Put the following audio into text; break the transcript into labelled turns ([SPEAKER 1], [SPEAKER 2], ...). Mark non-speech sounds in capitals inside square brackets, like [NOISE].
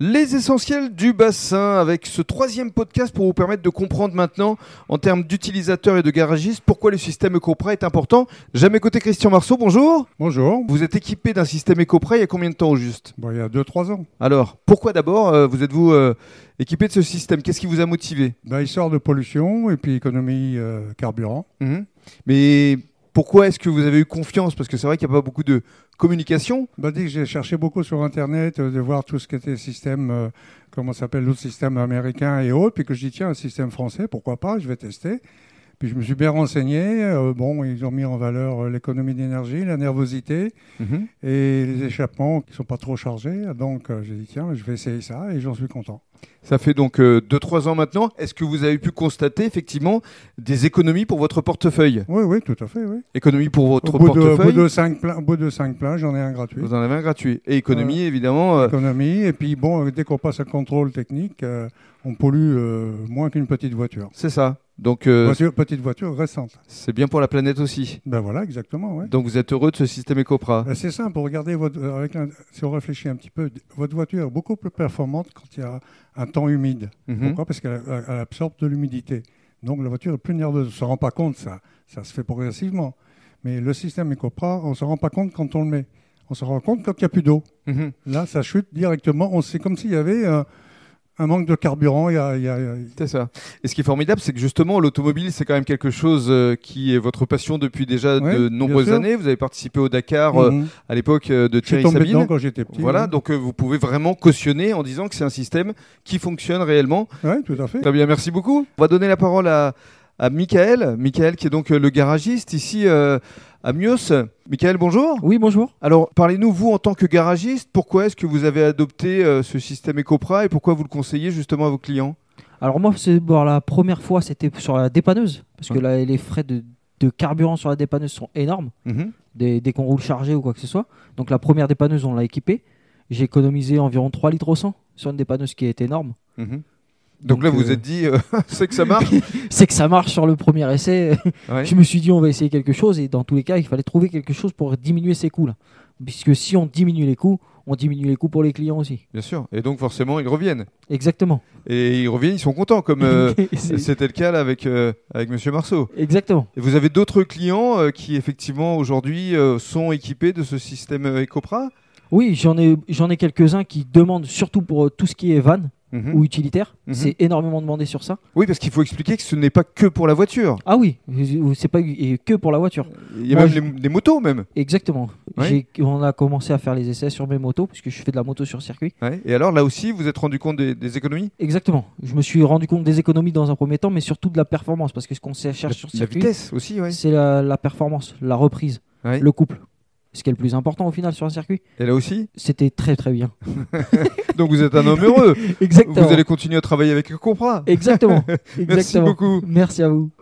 [SPEAKER 1] Les essentiels du bassin avec ce troisième podcast pour vous permettre de comprendre maintenant en termes d'utilisateurs et de garagistes pourquoi le système EcoPra est important. Jamais côté Christian Marceau, bonjour.
[SPEAKER 2] Bonjour.
[SPEAKER 1] Vous êtes équipé d'un système EcoPra il y a combien de temps au juste
[SPEAKER 2] Bon, il y a 2-3 ans.
[SPEAKER 1] Alors, pourquoi d'abord euh, vous êtes-vous euh, équipé de ce système Qu'est-ce qui vous a motivé
[SPEAKER 2] Ben, histoire de pollution et puis économie euh, carburant.
[SPEAKER 1] Mhm. Mais pourquoi est-ce que vous avez eu confiance Parce que c'est vrai qu'il n'y a pas beaucoup de communication.
[SPEAKER 2] Ben, dis que j'ai cherché beaucoup sur Internet euh, de voir tout ce qui était système, euh, comment ça s'appelle, l'autre système américain et autres. Puis que je dis, tiens, un système français, pourquoi pas, je vais tester. Puis je me suis bien renseigné. Euh, bon, ils ont mis en valeur euh, l'économie d'énergie, la nervosité et les échappements qui sont pas trop chargés. Donc euh, j'ai dit, tiens, je vais essayer ça et j'en suis content.
[SPEAKER 1] Ça fait donc 2-3 ans maintenant. Est-ce que vous avez pu constater effectivement des économies pour votre portefeuille
[SPEAKER 2] Oui, oui, tout à fait, oui.
[SPEAKER 1] Économies pour votre
[SPEAKER 2] au, bout de, au bout
[SPEAKER 1] portefeuille
[SPEAKER 2] de cinq pleins- au bout de cinq pleins, j'en ai un gratuit.
[SPEAKER 1] Vous en avez un gratuit. Et économie, évidemment. euh,
[SPEAKER 2] économie. Et puis, bon, euh, dès qu'on passe un contrôle technique, euh, on pollue euh, moins qu'une petite voiture.
[SPEAKER 1] c'est ça. Donc, euh,
[SPEAKER 2] Voiture- Petite voiture récente.
[SPEAKER 1] c'est bien pour la planète aussi.
[SPEAKER 2] Ben voilà, exactement, ouais.
[SPEAKER 1] Donc, vous êtes heureux de ce système Ecopra.
[SPEAKER 2] Ben, C'est simple, regardez, votre, euh, avec un- si on réfléchit un petit peu, d- votre voiture est beaucoup plus performante quand il y a un temps humide.
[SPEAKER 1] Mhm.
[SPEAKER 2] Pourquoi Parce qu'elle elle absorbe de l'humidité. Donc la voiture est plus nerveuse. On ne s'en rend pas compte, ça. Ça se fait progressivement. Mais le système Ecopra, on ne s'en rend pas compte quand on le met. On s'en rend compte quand il n'y a plus d'eau.
[SPEAKER 1] Mhm.
[SPEAKER 2] Là, ça chute directement. On C'est comme s'il y avait euh, un manque de carburant. Il y a- il y a- il y a-
[SPEAKER 1] C'est ça. Et ce qui est formidable, c'est que justement, l'automobile, c'est quand même quelque chose euh, qui est votre passion depuis déjà
[SPEAKER 2] Ouais,
[SPEAKER 1] de
[SPEAKER 2] bien
[SPEAKER 1] nombreuses
[SPEAKER 2] sûr.
[SPEAKER 1] années. Vous avez participé au Dakar euh,
[SPEAKER 2] Mhm.
[SPEAKER 1] à l'époque euh, de
[SPEAKER 2] Je suis
[SPEAKER 1] Thierry
[SPEAKER 2] tombé dedans
[SPEAKER 1] Sabine.
[SPEAKER 2] quand j'étais petit. hein.
[SPEAKER 1] Voilà,
[SPEAKER 2] oui.
[SPEAKER 1] donc euh, vous pouvez vraiment cautionner en disant que c'est un système qui fonctionne réellement.
[SPEAKER 2] Ouais, tout à fait.
[SPEAKER 1] Très bien, merci beaucoup. On va donner la parole à, à Michael. Michael qui est donc euh, le garagiste ici euh, à Mios. Michael, bonjour.
[SPEAKER 3] Oui, bonjour.
[SPEAKER 1] Alors, parlez-nous, vous, en tant que garagiste, pourquoi est-ce que vous avez adopté euh, ce système Ecopra et pourquoi vous le conseillez justement à vos clients
[SPEAKER 3] Alors moi, c'est bon, la première fois, c'était sur la dépanneuse, parce que là, les frais de, de carburant sur la dépanneuse sont énormes,
[SPEAKER 1] Mhm.
[SPEAKER 3] dès, dès qu'on roule chargé ou quoi que ce soit. Donc la première dépanneuse, on l'a équipée. J'ai économisé environ 3 litres au 100 sur une dépanneuse qui est énorme.
[SPEAKER 1] Mhm. Donc,
[SPEAKER 3] Donc,
[SPEAKER 1] là, vous
[SPEAKER 3] euh,
[SPEAKER 1] vous êtes dit, euh, [LAUGHS] c'est que ça marche.
[SPEAKER 3] C'est que ça marche sur le premier essai. [LAUGHS]
[SPEAKER 1] Ouais.
[SPEAKER 3] Je me suis dit, on va essayer quelque chose, et dans tous les cas, il fallait trouver quelque chose pour diminuer ces coûts-là. Puisque si on diminue les coûts, on diminue les coûts pour les clients aussi.
[SPEAKER 1] Bien sûr. Et donc, forcément, ils reviennent.
[SPEAKER 3] Exactement.
[SPEAKER 1] Et ils reviennent, ils sont contents, comme
[SPEAKER 3] [LAUGHS]
[SPEAKER 1] euh,
[SPEAKER 3] C'est-
[SPEAKER 1] c'était le cas là, avec, euh, avec Monsieur Marceau.
[SPEAKER 3] Exactement.
[SPEAKER 1] Et vous avez d'autres clients euh, qui, effectivement, aujourd'hui, euh, sont équipés de ce système euh, Ecopra
[SPEAKER 3] Oui, j'en ai, j'en ai quelques-uns qui demandent surtout pour euh, tout ce qui est van.
[SPEAKER 1] Mhm.
[SPEAKER 3] ou utilitaire.
[SPEAKER 1] Mhm.
[SPEAKER 3] C'est énormément demandé sur ça.
[SPEAKER 1] Oui, parce qu'il faut expliquer que ce n'est pas que pour la voiture.
[SPEAKER 3] Ah oui, c'est pas et que pour la voiture.
[SPEAKER 1] Il y a
[SPEAKER 3] Moi,
[SPEAKER 1] même
[SPEAKER 3] je-
[SPEAKER 1] les, les motos, même.
[SPEAKER 3] Exactement.
[SPEAKER 1] Ouais.
[SPEAKER 3] J'ai- On a commencé à faire les essais sur mes motos, puisque je fais de la moto sur circuit.
[SPEAKER 1] Ouais. Et alors, là aussi, vous vous êtes rendu compte des, des économies
[SPEAKER 3] Exactement. Je me suis rendu compte des économies dans un premier temps, mais surtout de la performance, parce que ce qu'on cherche
[SPEAKER 1] La,
[SPEAKER 3] sur
[SPEAKER 1] la
[SPEAKER 3] circuit,
[SPEAKER 1] vitesse aussi, oui.
[SPEAKER 3] c'est la, la performance, la reprise,
[SPEAKER 1] Ouais.
[SPEAKER 3] le couple. Ce qui est le plus important au final sur un circuit.
[SPEAKER 1] Et là
[SPEAKER 3] [LAUGHS]
[SPEAKER 1] aussi.
[SPEAKER 3] C'était très très bien.
[SPEAKER 1] Donc, [LAUGHS] vous êtes un homme heureux.
[SPEAKER 3] Exactement.
[SPEAKER 1] Vous allez continuer à travailler avec Ecopra.
[SPEAKER 3] Exactement.
[SPEAKER 1] [LAUGHS] Merci
[SPEAKER 3] Exactement.
[SPEAKER 1] beaucoup.
[SPEAKER 3] Merci à vous.